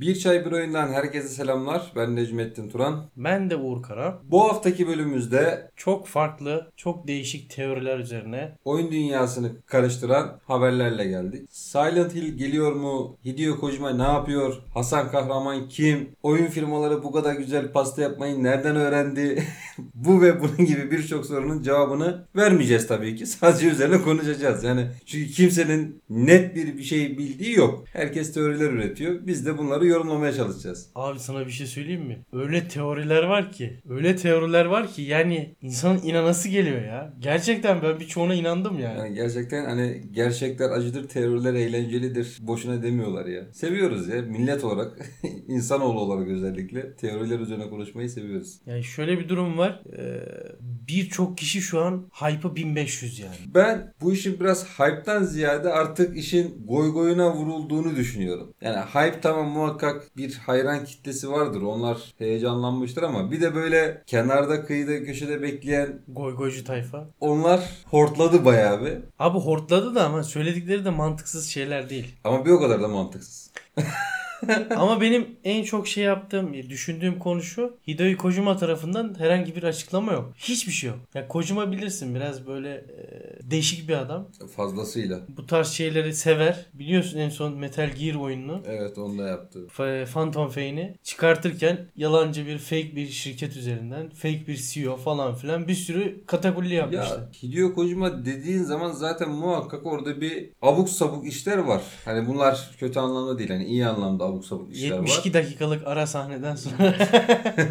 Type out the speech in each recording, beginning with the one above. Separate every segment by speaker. Speaker 1: Bir Çay Bir Oyundan herkese selamlar. Ben Necmettin Turan.
Speaker 2: Ben de Uğur Kara.
Speaker 1: Bu haftaki bölümümüzde
Speaker 2: Çok farklı, çok değişik teoriler üzerine
Speaker 1: oyun dünyasını karıştıran haberlerle geldik. Silent Hill geliyor mu? Hideo Kojima ne yapıyor? Hasan Kahraman kim? Oyun firmaları bu kadar güzel pasta yapmayı nereden öğrendi? bu ve bunun gibi birçok sorunun cevabını vermeyeceğiz tabii ki. Sadece üzerine konuşacağız. Yani çünkü kimsenin net bir bir şey bildiği yok. Herkes teoriler üretiyor. Biz de bunları yorumlamaya çalışacağız.
Speaker 2: Abi sana bir şey söyleyeyim mi? Öyle teoriler var ki. Öyle teoriler var ki yani insanın inanası geliyor ya. Gerçekten ben birçoğuna inandım yani.
Speaker 1: Yani gerçekten hani gerçekler acıdır, teoriler eğlencelidir. Boşuna demiyorlar ya. Seviyoruz ya millet olarak, insanoğlu olarak özellikle teoriler üzerine konuşmayı seviyoruz.
Speaker 2: Yani şöyle bir durum var. Ee, birçok kişi şu an hype'ı 1500 yani.
Speaker 1: Ben bu işin biraz hype'tan ziyade artık işin goy goyuna vurulduğunu düşünüyorum. Yani hype tamam muhakkak bir hayran kitlesi vardır. Onlar heyecanlanmıştır ama bir de böyle kenarda kıyıda köşede bekleyen
Speaker 2: Goygoycu tayfa.
Speaker 1: onlar hortladı bayağı bir.
Speaker 2: Abi hortladı da ama söyledikleri de mantıksız şeyler değil.
Speaker 1: Ama bir o kadar da mantıksız.
Speaker 2: ama benim en çok şey yaptığım, düşündüğüm konu şu. Hideo Kojima tarafından herhangi bir açıklama yok. Hiçbir şey yok. Ya Kojima bilirsin biraz böyle e, değişik bir adam.
Speaker 1: Fazlasıyla.
Speaker 2: Bu tarz şeyleri sever. Biliyorsun en son Metal Gear oyununu.
Speaker 1: Evet onu da yaptı.
Speaker 2: F- Phantom Pain'i çıkartırken yalancı bir fake bir şirket üzerinden fake bir CEO falan filan bir sürü katakulli yapmıştı.
Speaker 1: Ya Hideo Kojima dediğin zaman zaten muhakkak orada bir abuk sabuk işler var. Hani bunlar kötü anlamda değil. Hani iyi anlamda abuk sabuk işler var.
Speaker 2: 72 dakikalık ara sahneden sonra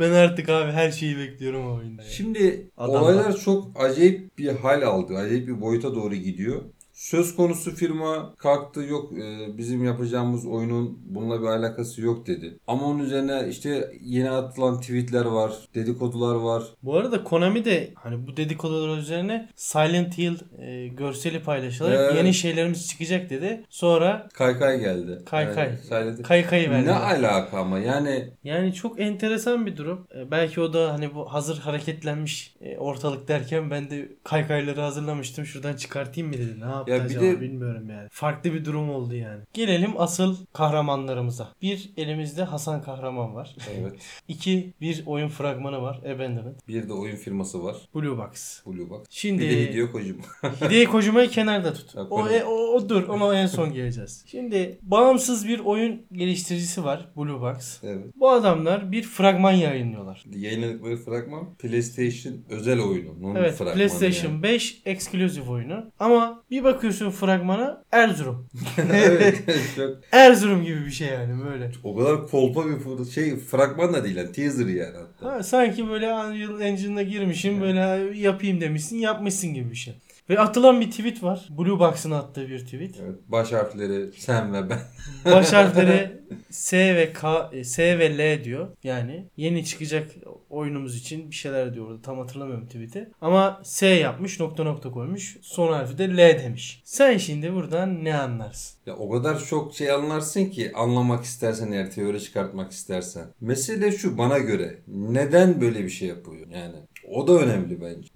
Speaker 2: ben artık abi her şeyi bekliyorum o oyunda. ya.
Speaker 1: Şimdi
Speaker 2: Adamlar.
Speaker 1: olaylar çok acayip bir hal aldı. Acayip bir boyuta doğru gidiyor. Söz konusu firma kalktı yok e, bizim yapacağımız oyunun bununla bir alakası yok dedi. Ama onun üzerine işte yeni atılan tweetler var, dedikodular var.
Speaker 2: Bu arada Konami de hani bu dedikodular üzerine Silent Hill e, görseli paylaşarak
Speaker 1: Evet.
Speaker 2: yeni şeylerimiz çıkacak dedi. Sonra
Speaker 1: Kaykay geldi.
Speaker 2: Kaykay.
Speaker 1: Yani söyledi.
Speaker 2: kaykayı verdi.
Speaker 1: ne alaka ama yani
Speaker 2: Yani çok enteresan bir durum. E, Belki o da hani bu hazır hareketlenmiş e, ortalık derken ben de kaykayları hazırlamıştım. Şuradan çıkartayım mı dedi. Ne yaptı
Speaker 1: Ya bir
Speaker 2: acaba
Speaker 1: de-
Speaker 2: bilmiyorum yani. Farklı bir durum oldu yani. Gelelim asıl kahramanlarımıza. Bir elimizde Hasan Kahraman var.
Speaker 1: evet
Speaker 2: İki bir oyun fragmanı var. Abandoned.
Speaker 1: bir de oyun firması var.
Speaker 2: Blue Box.
Speaker 1: Blue Box.
Speaker 2: Şimdi
Speaker 1: Bir de Hideo Kojima.
Speaker 2: Hideo Kojima'yı kenarda tut.
Speaker 1: Ya,
Speaker 2: O,
Speaker 1: koyalım.
Speaker 2: e, o, o dur ona en son geleceğiz. Şimdi bağımsız bir oyun geliştiricisi var Blue Box.
Speaker 1: evet.
Speaker 2: Bu adamlar bir fragman yayınlıyorlar.
Speaker 1: Yayınladıkları fragman PlayStation özel oyunu. Onun
Speaker 2: Evet
Speaker 1: fragmanı
Speaker 2: PlayStation
Speaker 1: yani.
Speaker 2: 5 eksklusif oyunu. Ama bir bakıyorsun fragmana Erzurum.
Speaker 1: evet. Çok,
Speaker 2: Erzurum gibi bir şey yani böyle.
Speaker 1: o kadar kolpa bir fır- şey fragman da değil yani teaser yani hatta.
Speaker 2: Ha, sanki böyle Unreal Engine'a girmişim böyle yapayım demişsin yapmışsın gibi bir şey. Ve atılan bir tweet var. Blue Box'ın attığı bir tweet.
Speaker 1: Evet, baş harfleri sen ve ben.
Speaker 2: Baş harfleri S ve K e, S ve L diyor. Yani yeni çıkacak oyunumuz için bir şeyler diyor orada. Tam hatırlamıyorum tweet'i. Ama S yapmış, nokta nokta koymuş. Son harfi de L demiş. Sen şimdi buradan ne anlarsın?
Speaker 1: Ya o kadar çok şey anlarsın ki anlamak istersen eğer teori çıkartmak istersen. Mesele şu bana göre neden böyle bir şey yapıyor yani. O da önemli bence.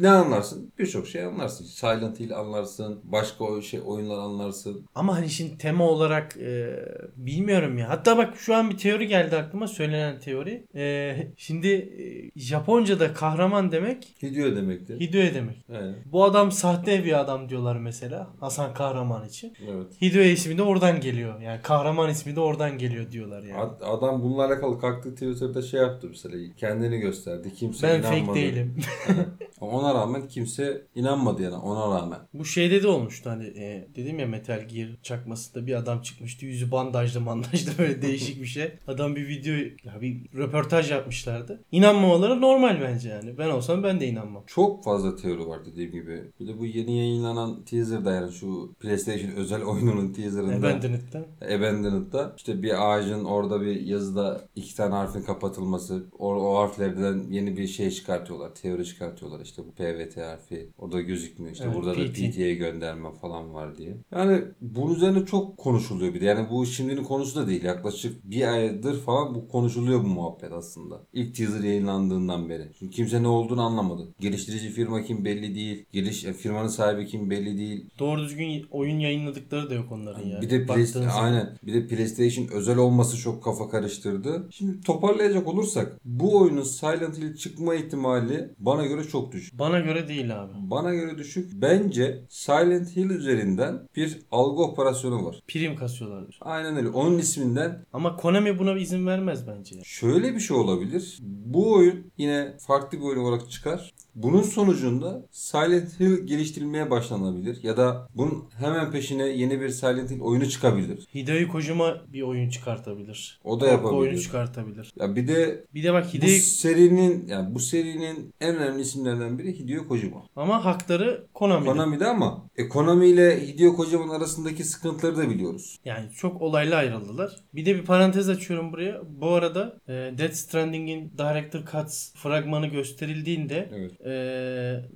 Speaker 1: Ne anlarsın? Birçok şey anlarsın. Silent Hill anlarsın. Başka o şey oyunlar anlarsın.
Speaker 2: Ama hani şimdi tema olarak e, bilmiyorum ya. Hatta bak şu an bir teori geldi aklıma söylenen teori. E, şimdi e, Japonca'da kahraman demek
Speaker 1: Gidiyor demektir.
Speaker 2: Hideo demek.
Speaker 1: Evet.
Speaker 2: Bu adam sahte bir adam diyorlar mesela Hasan Kahraman için.
Speaker 1: evet.
Speaker 2: Hideo ismi de oradan geliyor. Yani kahraman ismi de oradan geliyor diyorlar yani.
Speaker 1: Ad- Adam bununla alakalı kalktı Twitter'da şey yaptı mesela. Kendini gösterdi. Kimse
Speaker 2: ben
Speaker 1: inanmadı.
Speaker 2: fake değilim.
Speaker 1: Ama Ona rağmen kimse inanmadı yani ona rağmen.
Speaker 2: Bu şeyde de olmuştu hani e, dedim ya Metal Gear çakmasında bir adam çıkmıştı. Yüzü bandajlı bandajlı böyle değişik bir şey. Adam bir video ya bir röportaj yapmışlardı. İnanmamaları normal bence yani. Ben olsam ben de inanmam.
Speaker 1: Çok fazla teori var dediğim gibi. Bir de bu yeni yayınlanan teaser'da yani şu PlayStation özel oyununun teaser'ında.
Speaker 2: Abandoned'den.
Speaker 1: Abandoned'da işte bir ağacın orada bir yazıda iki tane harfin kapatılması. O, o harflerden yeni bir şey çıkartıyorlar. Teori çıkartıyorlar işte bu PVT harfi orada gözükmüyor. İşte
Speaker 2: Evet,
Speaker 1: burada da
Speaker 2: PT.
Speaker 1: PT'ye gönderme falan var diye. Yani bunun üzerine çok konuşuluyor bir de. Yani bu şimdinin konusu da değil. Yaklaşık bir aydır falan bu konuşuluyor bu muhabbet aslında. İlk teaser yayınlandığından beri. Çünkü kimse ne olduğunu anlamadı. Geliştirici firma kim belli değil. Geliş e, firmanın sahibi kim belli değil.
Speaker 2: Doğru düzgün oyun yayınladıkları da yok onların ya.
Speaker 1: Bir de
Speaker 2: Baktığın
Speaker 1: Play-
Speaker 2: zaman.
Speaker 1: aynen. Bir de PlayStation özel olması çok kafa karıştırdı. Şimdi toparlayacak olursak bu oyunun Silent Hill çıkma ihtimali bana göre çok düşük.
Speaker 2: Bana göre değil abi.
Speaker 1: Bana göre düşük. Bence Silent Hill üzerinden bir algı operasyonu var.
Speaker 2: Prim kasıyorlardır.
Speaker 1: Aynen öyle. Onun isminden
Speaker 2: Ama Konami buna izin vermez bence. ya.
Speaker 1: şöyle bir şey olabilir. Bu oyun yine farklı bir oyun olarak çıkar. Bunun sonucunda Silent Hill geliştirilmeye başlanabilir ya da bunun hemen peşine yeni bir Silent Hill oyunu çıkabilir.
Speaker 2: Hideo Kojima bir oyun çıkartabilir.
Speaker 1: O da
Speaker 2: Korku
Speaker 1: yapabilir.
Speaker 2: oyunu çıkartabilir.
Speaker 1: Ya bir de
Speaker 2: Bir de bak
Speaker 1: Bu
Speaker 2: Hideo
Speaker 1: serinin yani bu serinin en önemli isimlerinden biri Hideo Kojima.
Speaker 2: ama hakları Konami'de.
Speaker 1: Konami'de ama ekonomi ile Hideo Kojima'nın arasındaki sıkıntıları da biliyoruz.
Speaker 2: Yani çok olaylı ayrıldılar. Bir de bir parantez açıyorum buraya. Bu arada e, Death Stranding'in Director Cuts fragmanı gösterildiğinde
Speaker 1: Evet.
Speaker 2: e,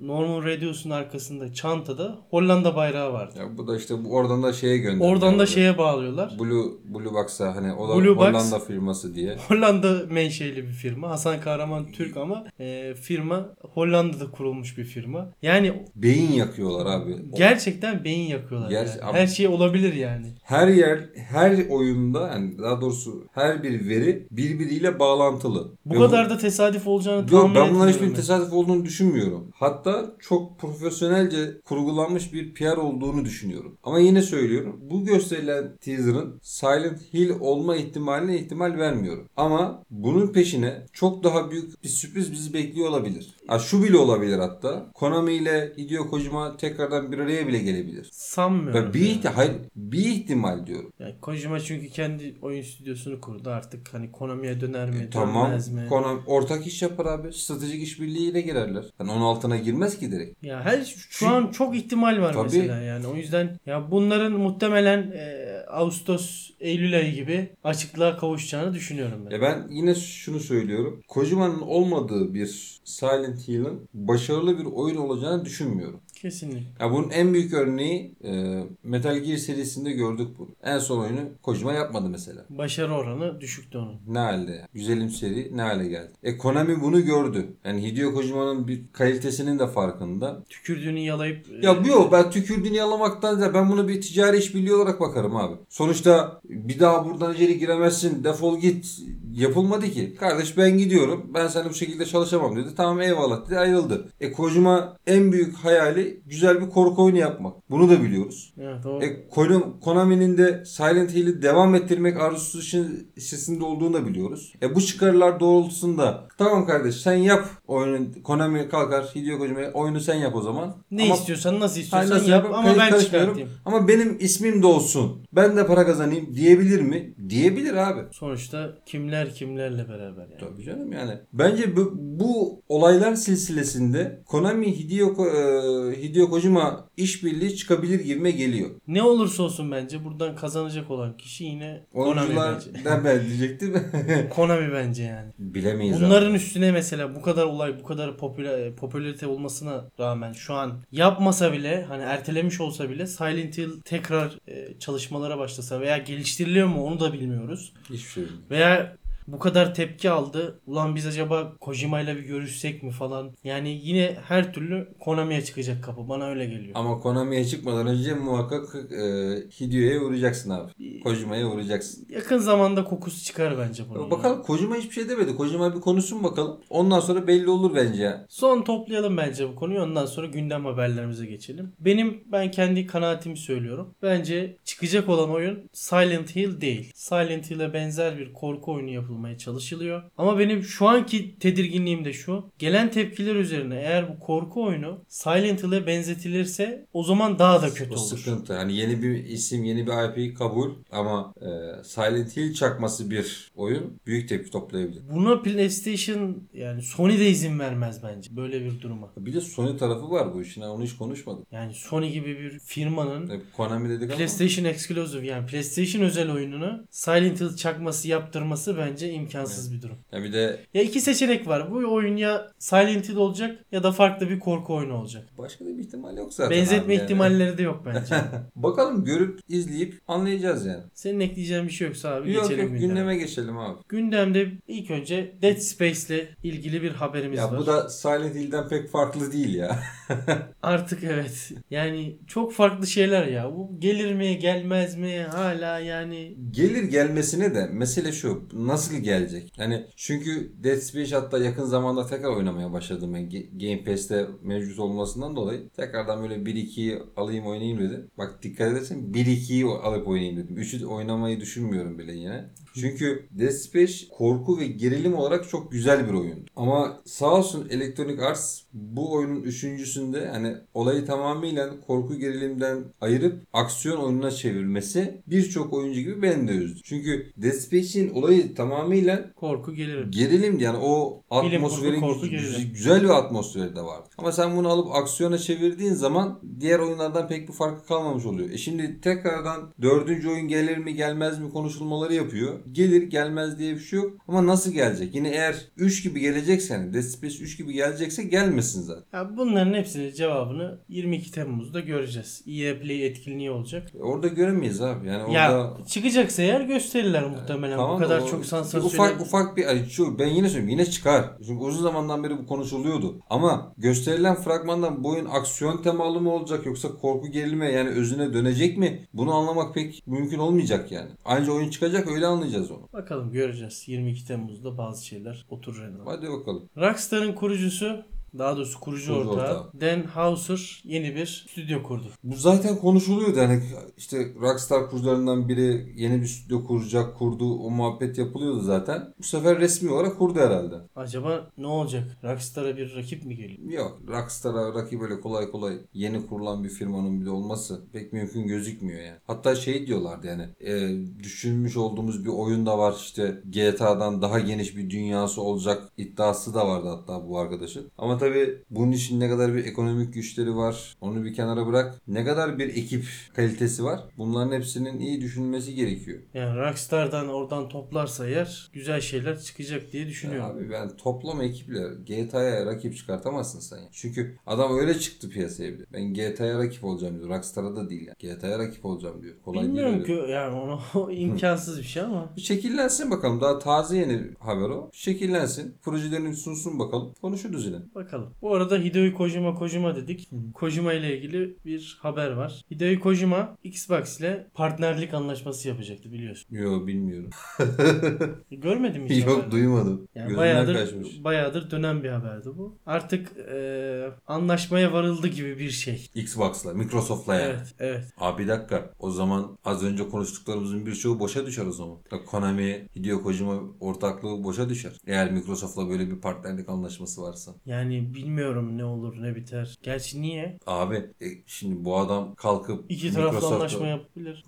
Speaker 2: Norman Reedus'un arkasında çantada Hollanda bayrağı vardı.
Speaker 1: Ya bu da işte bu oradan da şeye gönderiyor.
Speaker 2: Oradan da şeye bağlıyorlar.
Speaker 1: Blue Blue Box'a hani o da
Speaker 2: Blue Box-
Speaker 1: Hollanda firması diye.
Speaker 2: Hollanda menşeli bir firma. Hasan Kahraman Türk ama e, firma Hollanda'da kurulmuş bir firma. Yani
Speaker 1: Beyin yakıyorlar abi. O-
Speaker 2: gerçekten beyin yakıyorlar.
Speaker 1: Ger-
Speaker 2: yani.
Speaker 1: Abi-
Speaker 2: Her şey olabilir yani.
Speaker 1: Her yer, her oyunda yani daha doğrusu her bir veri birbiriyle bağlantılı.
Speaker 2: Bu
Speaker 1: Ve
Speaker 2: kadar da tesadüf olacağını
Speaker 1: Yok
Speaker 2: tahmin
Speaker 1: ben bunların hiçbir
Speaker 2: etmiyorum.
Speaker 1: tesadüf olduğunu düşünmüyorum. Hatta çok profesyonelce kurgulanmış bir PR olduğunu düşünüyorum. Ama yine söylüyorum. Bu gösterilen teaser'ın Silent Hill olma ihtimaline ihtimal vermiyorum. Ama bunun peşine çok daha büyük bir sürpriz bizi bekliyor olabilir. Ha, şu bile olabilir hatta. Konami ile Hideo Kojima tekrardan bir araya bile gelebilir.
Speaker 2: Sanmıyorum.
Speaker 1: Ve bir,
Speaker 2: yani.
Speaker 1: ihti- hayır, bir ihtimal diyorum.
Speaker 2: Yani Kojima çünkü kendi oyun stüdyosunu kurdu artık hani Konami'ye döner mi
Speaker 1: E, Tamam.
Speaker 2: dönmez mi?
Speaker 1: Konami ortak iş yapar abi. Stratejik işbirliğiyle girerler. Hani onun altına girmez ki direkt.
Speaker 2: ya her şey- şu an çok ihtimal var
Speaker 1: Tabii.
Speaker 2: mesela yani o yüzden ya bunların muhtemelen e, Ağustos Eylül ayı gibi açıklığa kavuşacağını düşünüyorum ben.
Speaker 1: Ya E ben yine şunu söylüyorum. Kojima'nın olmadığı bir Silent Hill'in başarılı bir oyun olacağını düşünmüyorum.
Speaker 2: Kesinlikle.
Speaker 1: Ya bunun en büyük örneği e, Metal Gear serisinde gördük bunu. En son oyunu Kojima yapmadı mesela.
Speaker 2: Başarı oranı düşüktü onun.
Speaker 1: Ne halde? ya? Güzelim seri ne hale geldi? E Konami bunu gördü. Yani Hideo Kojima'nın bir kalitesinin de farkında.
Speaker 2: Tükürdüğünü yalayıp e,
Speaker 1: Ya bu yok ben tükürdüğünü yalamaktan da ben bunu bir ticari işbirliği olarak bakarım abi. Sonuçta bir daha buradan içeri giremezsin defol git yapılmadı ki. Kardeş ben gidiyorum ben seninle bu şekilde çalışamam dedi. Tamam eyvallah dedi ayrıldı. E Kojima en büyük hayali güzel bir korku oyunu yapmak. Bunu da biliyoruz.
Speaker 2: evet, o,
Speaker 1: E Kon- Konami'nin de Silent Hill'i devam ettirmek arzusu için- içerisinde olduğunu da biliyoruz. E bu çıkarılar doğrultusunda tamam kardeş sen yap oyunu Konami kalkar Hideo Kojima oyunu sen yap o zaman.
Speaker 2: ne
Speaker 1: Ama-
Speaker 2: istiyorsan nasıl istiyorsan
Speaker 1: Hayır, nasıl
Speaker 2: yap
Speaker 1: yapayım?
Speaker 2: ama
Speaker 1: Kayıp
Speaker 2: ben
Speaker 1: karışmıyorum.
Speaker 2: çıkartayım.
Speaker 1: Ama benim ismim de olsun. Ben de para kazanayım diyebilir mi? Diyebilir abi.
Speaker 2: Sonuçta kimler kimlerle beraber yani.
Speaker 1: Tabii canım yani. Bence bu, bu olaylar silsilesinde Konami Hideo, Ko- e, Hideo Kojima işbirliği çıkabilir gibime geliyor.
Speaker 2: Ne olursa olsun bence buradan kazanacak olan kişi yine Konami
Speaker 1: Oyuncular
Speaker 2: bence.
Speaker 1: ben, ben diyecektim.
Speaker 2: Konami bence yani.
Speaker 1: Bilemeyiz abi.
Speaker 2: Bunların üstüne mesela bu kadar olay, bu kadar popüler, e, popülarite olmasına rağmen şu an yapmasa bile hani ertelemiş olsa bile Silent Hill tekrar e, çalışmalara başlasa veya geliştiriliyor mu onu da bilmiyoruz.
Speaker 1: Hiçbir şey bilmiyorum.
Speaker 2: Veya bu kadar tepki aldı. Ulan biz acaba Kojima'yla bir görüşsek mi falan. Yani yine her türlü Konami'ye çıkacak kapı. Bana öyle geliyor.
Speaker 1: Ama Konami'ye çıkmadan önce muhakkak e, Hideo'ya uğrayacaksın abi. Kojima'ya uğrayacaksın.
Speaker 2: Yakın zamanda kokusu çıkar bence bunun.
Speaker 1: Bakalım Kojima hiçbir şey demedi. Kojima bir konuşsun bakalım. Ondan sonra belli olur bence.
Speaker 2: Son toplayalım bence bu konuyu. Ondan sonra gündem haberlerimize geçelim. Benim ben kendi kanaatimi söylüyorum. Bence çıkacak olan oyun Silent Hill değil. Silent Hill'e benzer bir korku oyunu yapılmaya çalışılıyor. Ama benim şu anki tedirginliğim de şu. Gelen tepkiler üzerine eğer bu korku oyunu Silent Hill'e benzetilirse o zaman daha da kötü
Speaker 1: O
Speaker 2: olur.
Speaker 1: sıkıntı. Hani yeni bir isim, yeni bir IP kabul ama e, Silent Hill çakması bir oyun büyük tepki toplayabilir.
Speaker 2: Buna PlayStation yani Sony de izin vermez bence böyle bir duruma.
Speaker 1: Bir de Sony tarafı var bu işin. ha, Onu hiç konuşmadık.
Speaker 2: Yani Sony gibi bir firmanın
Speaker 1: E, Konami dedik ama
Speaker 2: PlayStation Exclusive yani PlayStation özel oyununu Silent Hill çakması yaptırması bence bence imkansız bir durum.
Speaker 1: Ya bir de
Speaker 2: Ya iki seçenek var. Bu oyun ya Silent Hill olacak ya da farklı bir korku oyunu olacak.
Speaker 1: başka da bir ihtimal yok zaten. abi
Speaker 2: Benzetme
Speaker 1: yani.
Speaker 2: ihtimalleri de yok bence.
Speaker 1: Bakalım görüp izleyip anlayacağız yani.
Speaker 2: Senin ekleyeceğin bir şey yoksa abi
Speaker 1: Yok
Speaker 2: geçelim
Speaker 1: yok
Speaker 2: gündeme.
Speaker 1: gündeme geçelim abi.
Speaker 2: Gündemde ilk önce Dead Space ile ilgili bir haberimiz
Speaker 1: Ya
Speaker 2: var.
Speaker 1: bu da Silent Hill'den pek farklı değil ya.
Speaker 2: Artık evet. Yani çok farklı şeyler ya. Bu gelir mi gelmez mi hala yani.
Speaker 1: Gelir gelmesine de mesele şu. Nasıl gelecek? Yani çünkü Dead Space hatta yakın zamanda tekrar oynamaya başladım. Yani Ge- Game Pass'te mevcut olmasından dolayı tekrardan böyle 1-2'yi alayım oynayayım dedim. Bak dikkat edersen 1-2'yi alıp oynayayım dedim. 3'ü de oynamayı düşünmüyorum bile yine. Çünkü Dead Space korku ve gerilim olarak çok güzel bir oyun. Ama sağ olsun Electronic Arts bu oyunun üçüncüsünde hani olayı tamamıyla korku gerilimden ayırıp aksiyon oyununa çevirmesi birçok oyuncu gibi beni de üzdü. Çünkü Dead Space'in olayı tamamıyla
Speaker 2: Korku gelirim.
Speaker 1: Gerilim yani o
Speaker 2: Bilim kurgu,
Speaker 1: atmosferin
Speaker 2: korku,
Speaker 1: gü-
Speaker 2: gerilim.
Speaker 1: güzel bir atmosferi de var. Ama sen bunu alıp aksiyona çevirdiğin zaman diğer oyunlardan pek bir farkı kalmamış oluyor. E şimdi tekrardan dördüncü oyun gelir mi gelmez mi konuşulmaları yapıyor. Gelir gelmez diye bir şey yok. Ama nasıl gelecek? Yine eğer 3 gibi gelecekse hani Dead Space 3 gibi gelecekse gelmesin zaten.
Speaker 2: Ya bunların hepsinin cevabını 22 Temmuz'da göreceğiz. EA Play etkinliği olacak.
Speaker 1: E Orada göremeyiz abi. Yani orada
Speaker 2: Ya çıkacaksa eğer gösterirler muhtemelen.
Speaker 1: Tamam
Speaker 2: Bu
Speaker 1: da
Speaker 2: kadar
Speaker 1: o-
Speaker 2: çok
Speaker 1: bir
Speaker 2: sansasyonel.
Speaker 1: Ufak ufak bir ay şu ben yine söylüyorum yine çıkar. Çünkü uzun zamandan beri bu konuşuluyordu. Ama gösterilen fragmandan bu oyun aksiyon temalı mı olacak yoksa korku gerilme yani özüne dönecek mi? Bunu anlamak pek mümkün olmayacak yani. Ayrıca oyun çıkacak öyle anlayacağız onu.
Speaker 2: Bakalım göreceğiz. 22 Temmuz'da bazı şeyler oturur en azından.
Speaker 1: Hadi bakalım.
Speaker 2: Rockstar'ın kurucusu daha doğrusu kurucu
Speaker 1: Kurucu
Speaker 2: ortağı,
Speaker 1: ortağı.
Speaker 2: Dan Houser yeni bir stüdyo kurdu.
Speaker 1: Bu zaten konuşuluyordu. Yani işte Rockstar kurucularından biri yeni bir stüdyo kuracak kurdu. O muhabbet yapılıyordu zaten. Bu sefer resmi olarak kurdu herhalde.
Speaker 2: Acaba ne olacak? Rockstar'a bir rakip mi geliyor?
Speaker 1: Yok. Rockstar'a rakip böyle kolay kolay yeni kurulan bir firmanın bile olması pek mümkün gözükmüyor yani. Hatta şey diyorlardı yani e, düşünmüş olduğumuz bir oyun da var işte GTA'dan daha geniş bir dünyası olacak iddiası da vardı hatta bu arkadaşın. Ama tabii bunun için ne kadar bir ekonomik güçleri var onu bir kenara bırak. Ne kadar bir ekip kalitesi var bunların hepsinin iyi düşünmesi gerekiyor.
Speaker 2: Yani Rockstar'dan oradan toplarsa eğer güzel şeyler çıkacak diye
Speaker 1: Ya
Speaker 2: düşünüyorum.
Speaker 1: Abi ben toplam ekiple GTA'ya rakip çıkartamazsın sen ya. Çünkü adam öyle çıktı piyasaya bile. Ben GTA'ya rakip olacağım diyor. Rockstar'a da değil ya. GTA'ya rakip olacağım diyor. Kolay
Speaker 2: Bilmiyorum
Speaker 1: değil öyle.
Speaker 2: ki yani onu imkansız bir şey ama
Speaker 1: Bir şekillensin bakalım. Daha taze yeni bir haber o. Bir şekillensin. Projelerini sunsun bakalım. Konuşuruz yine.
Speaker 2: Bakalım. Bu arada Hideo Kojima Kojima dedik. Kojima ile ilgili bir haber var. Hideo Kojima Xbox ile partnerlik anlaşması yapacaktı biliyorsun. E,
Speaker 1: Yo bilmiyorum.
Speaker 2: Görmedim hiç
Speaker 1: Yok
Speaker 2: haberi.
Speaker 1: duymadım.
Speaker 2: Yani
Speaker 1: Gözümden
Speaker 2: bayağıdır,
Speaker 1: kaçmış.
Speaker 2: bayağıdır dönen bir haberdi bu. Artık eee, anlaşmaya varıldı gibi bir şey.
Speaker 1: Xbox'la, Microsoft'la yani.
Speaker 2: Evet, evet.
Speaker 1: Abi bir dakika. O zaman az önce konuştuklarımızın birçoğu boşa düşer o zaman. Ya Konami, Hideo Kojima ortaklığı boşa düşer. Eğer Microsoft'la böyle bir partnerlik anlaşması varsa.
Speaker 2: Yani bilmiyorum ne olur ne biter. Gerçi niye?
Speaker 1: Abi e, şimdi bu adam kalkıp
Speaker 2: İki taraflı
Speaker 1: Microsoft'la-
Speaker 2: anlaşma yapabilir.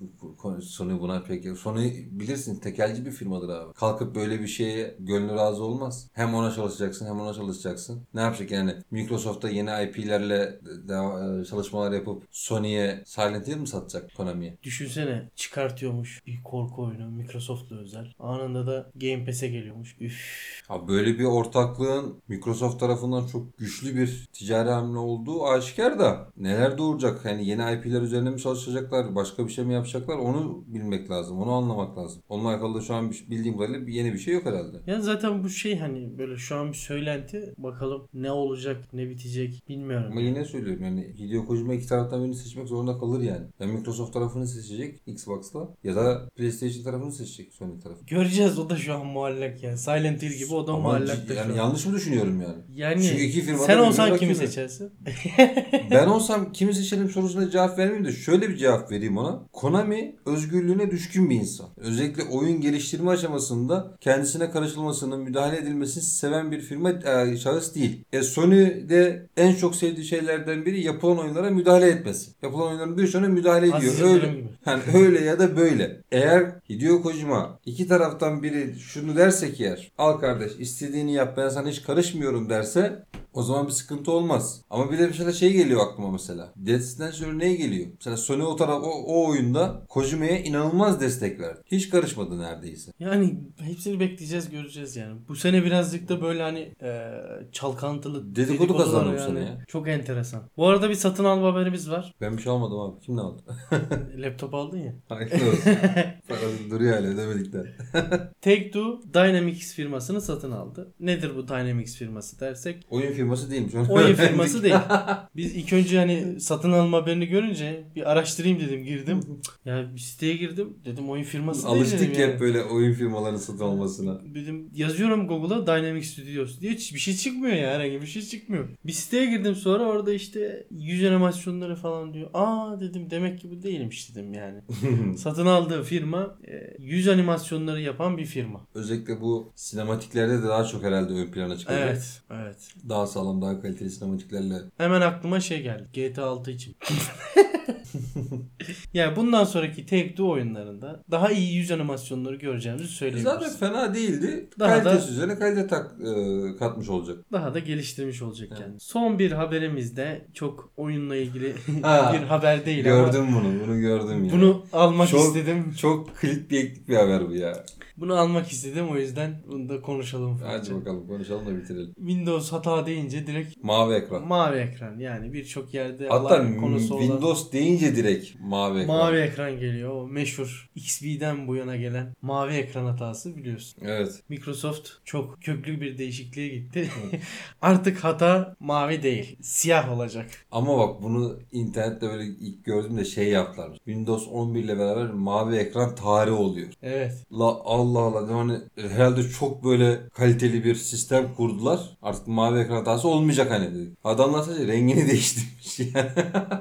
Speaker 1: Sony buna pek Sony bilirsin tekelci bir firmadır abi. Kalkıp böyle bir şeye gönlü razı olmaz. Hem ona çalışacaksın hem ona çalışacaksın. Ne yapacak yani Microsoft'ta yeni IP'lerle de- e, çalışmalar yapıp Sony'ye Silent Hill mi satacak Konami'ye?
Speaker 2: Düşünsene çıkartıyormuş bir korku oyunu Microsoft'la özel. Anında da Game Pass'e geliyormuş. Üf.
Speaker 1: Abi böyle bir ortaklığın Microsoft tarafından çok güçlü bir ticari hamle olduğu aşikar da neler doğuracak? Hani yeni IP'ler üzerine mi çalışacaklar? Başka bir şey mi yapacaklar? Onu bilmek lazım. Onu anlamak lazım. Onunla alakalı da şu an bir- bildiğim kadarıyla bir- yeni bir şey yok herhalde.
Speaker 2: Ya zaten bu şey hani böyle şu an bir söylenti. Bakalım ne olacak, ne bitecek bilmiyorum.
Speaker 1: Ama yine söylüyorum yani Hideo Kojima iki taraftan birini seçmek zorunda kalır yani. Ya Microsoft tarafını seçecek Xbox'la ya da PlayStation tarafını seçecek Sony tarafı.
Speaker 2: Göreceğiz o da şu an muallak yani. Silent Hill gibi o da
Speaker 1: Ama
Speaker 2: muallak
Speaker 1: c-
Speaker 2: da şu
Speaker 1: yani
Speaker 2: an.
Speaker 1: yanlış mı düşünüyorum yani?
Speaker 2: Yani
Speaker 1: Çünkü iki firma da
Speaker 2: sen
Speaker 1: birbirine
Speaker 2: olsan kimi
Speaker 1: rakibi.
Speaker 2: seçersin?
Speaker 1: Ben olsam kimi seçelim sorusuna cevap vermeyeyim de şöyle bir cevap vereyim ona. Konami özgürlüğüne düşkün bir insan. Özellikle oyun geliştirme aşamasında kendisine karışılmasını, müdahale edilmesini seven bir firma e, şahıs değil. E, Sony de en çok sevdiği şeylerden biri yapılan oyunlara müdahale etmesi. Yapılan oyunların birçoğuna müdahale ediyor.
Speaker 2: Aziz
Speaker 1: Öyle,
Speaker 2: Yıldırım gibi.
Speaker 1: yani öyle ya da böyle. Eğer Hideo Kojima iki taraftan biri şunu derse ki eğer al kardeş istediğini yap ben sana hiç karışmıyorum derse O zaman bir sıkıntı olmaz. Ama bir de mesela şey geliyor aklıma mesela. Death Stranding örneği geliyor. Mesela Sony o taraf o, o oyunda Kojima'ya inanılmaz destek verdi. Hiç karışmadı neredeyse.
Speaker 2: Yani hepsini bekleyeceğiz göreceğiz yani. Bu sene birazcık da böyle hani e,
Speaker 1: Dedikodu
Speaker 2: çalkantılı dedikodular
Speaker 1: kazandı bu sene ya.
Speaker 2: Çok enteresan. Bu arada bir satın alma haberimiz var.
Speaker 1: Ben bir şey almadım abi. Kim ne aldı?
Speaker 2: Laptop aldın ya.
Speaker 1: Hayırlı olsun. Parası duruyor hala ödemedikler.
Speaker 2: Take Two Dynamics firmasını satın aldı. Nedir bu Dynamics firması dersek?
Speaker 1: Oyun firması değilmiş.
Speaker 2: Oyun firması değil. Biz ilk önce hani satın alma haberini görünce bir araştırayım dedim girdim. Ya bir siteye girdim dedim oyun firması değil dedim
Speaker 1: Alıştık
Speaker 2: yani.
Speaker 1: hep böyle oyun firmalarının satın almasına.
Speaker 2: Dedim yazıyorum Google'a Dynamic Studios diye hiç- bir şey çıkmıyor ya herhangi bir şey çıkmıyor. Bir siteye girdim sonra orada işte yüz animasyonları falan diyor. Aa dedim demek ki bu değilmiş dedim yani. Satın aldığı firma e, yüz animasyonları yapan bir firma.
Speaker 1: Özellikle bu sinematiklerde de daha çok herhalde ön plana çıkacak.
Speaker 2: Evet. Evet.
Speaker 1: Daha sağlam, daha kaliteli sinematiklerle.
Speaker 2: Hemen aklıma şey geldi. GTA 6 için. yani bundan sonraki Take Two oyunlarında daha iyi yüz animasyonları göreceğimizi
Speaker 1: Zaten
Speaker 2: söyleyebiliriz.
Speaker 1: fena değildi.
Speaker 2: Daha da-
Speaker 1: Kalitesi üzerine kalite tak, e, katmış olacak.
Speaker 2: daha da geliştirmiş olacak
Speaker 1: Evet.
Speaker 2: yani. Son bir haberimiz de çok oyunla ilgili
Speaker 1: Ha,
Speaker 2: bir haber değil ama
Speaker 1: Gördüm bunu, bunu gördüm ya.
Speaker 2: bunu almak
Speaker 1: Çok-
Speaker 2: istedim.
Speaker 1: Çok clickbaitlik bir haber bu ya.
Speaker 2: Bunu almak istedim o yüzden bunu da konuşalım.
Speaker 1: Hadi
Speaker 2: ufakça.
Speaker 1: bakalım konuşalım da bitirelim.
Speaker 2: Windows hata deyince direkt
Speaker 1: Mavi ekran.
Speaker 2: mavi ekran yani birçok yerde
Speaker 1: Hatta
Speaker 2: alan konusu olan
Speaker 1: Windows deyince direkt mavi ekran.
Speaker 2: mavi ekran geliyor. O meşhur XP'den bu yana gelen mavi ekran hatası biliyorsun.
Speaker 1: Evet.
Speaker 2: Microsoft çok köklü bir değişikliğe gitti. Artık hata mavi değil, siyah olacak.
Speaker 1: Ama bak bunu internette böyle ilk gördüğümde şey yaptılar. Windows 11 ile beraber mavi ekran tarihi oluyor.
Speaker 2: Evet.
Speaker 1: La Allah Allah dedim hani herhalde çok böyle kaliteli bir sistem kurdular. Artık mavi ekran hatası olmayacak hani dedi. Adamlar sadece rengini değiştirmiş yani.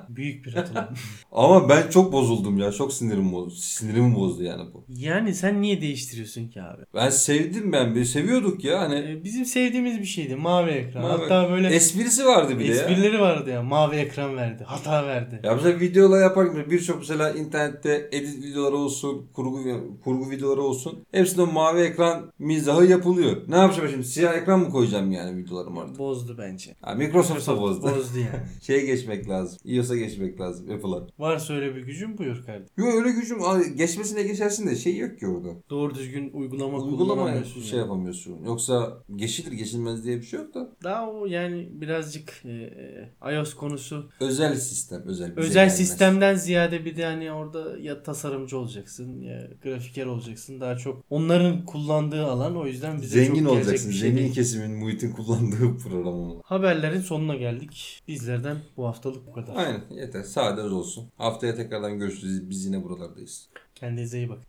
Speaker 2: Büyük bir atılım.
Speaker 1: Ama ben çok bozuldum ya. Çok sinirim bozdu. Sinirimi bozdu yani bu.
Speaker 2: yani sen niye değiştiriyorsun ki abi?
Speaker 1: Ben sevdim ben. Bir seviyorduk ya hani.
Speaker 2: Ee, Bizim sevdiğimiz bir şeydi mavi ekran.
Speaker 1: Mavi
Speaker 2: Hatta böyle
Speaker 1: Esprisi vardı bile ya.
Speaker 2: esprileri vardı ya. Mavi ekran verdi, hata verdi.
Speaker 1: Ya mesela videolar yaparken birçok mesela internette edit videoları olsun, kurgu kurgu videoları olsun. Hepsinde o mavi ekran mizahı yapılıyor. Ne yapacağım şimdi? Siyah ekran mı koyacağım yani videolarım orada?
Speaker 2: Bozdu bence.
Speaker 1: Ya Microsoft'a bozdu.
Speaker 2: Bozdu yani.
Speaker 1: Şeye geçmek lazım. iOS'a geçmek lazım. Apple'a.
Speaker 2: Varsa öyle bir gücün buyur kardeşim.
Speaker 1: Yok öyle gücüm. ay, Geçmesine geçersin de şey yok ki orada.
Speaker 2: Doğru düzgün uygulama,
Speaker 1: Uygulama
Speaker 2: kullanamıyorsun.
Speaker 1: şey
Speaker 2: yani.
Speaker 1: yapamıyorsun. Yoksa geçilir geçilmez diye bir şey yok da.
Speaker 2: Daha o yani birazcık e, e, iOS konusu.
Speaker 1: Özel sistem. Özel, bize
Speaker 2: Özel
Speaker 1: gelmez.
Speaker 2: sistemden ziyade bir de hani orada ya tasarımcı olacaksın ya grafiker olacaksın. Daha çok onların kullandığı alan o yüzden bize çok
Speaker 1: Zengin
Speaker 2: gelecek
Speaker 1: olacaksın.
Speaker 2: bir şey
Speaker 1: Zengin
Speaker 2: değil.
Speaker 1: kesimin, muhitin kullandığı program ama.
Speaker 2: Haberlerin sonuna geldik. Bizlerden bu haftalık bu kadar.
Speaker 1: Aynen yeter. Sade öz olsun. Haftaya tekrardan görüşürüz. Biz yine buralardayız.
Speaker 2: Kendinize iyi bakın.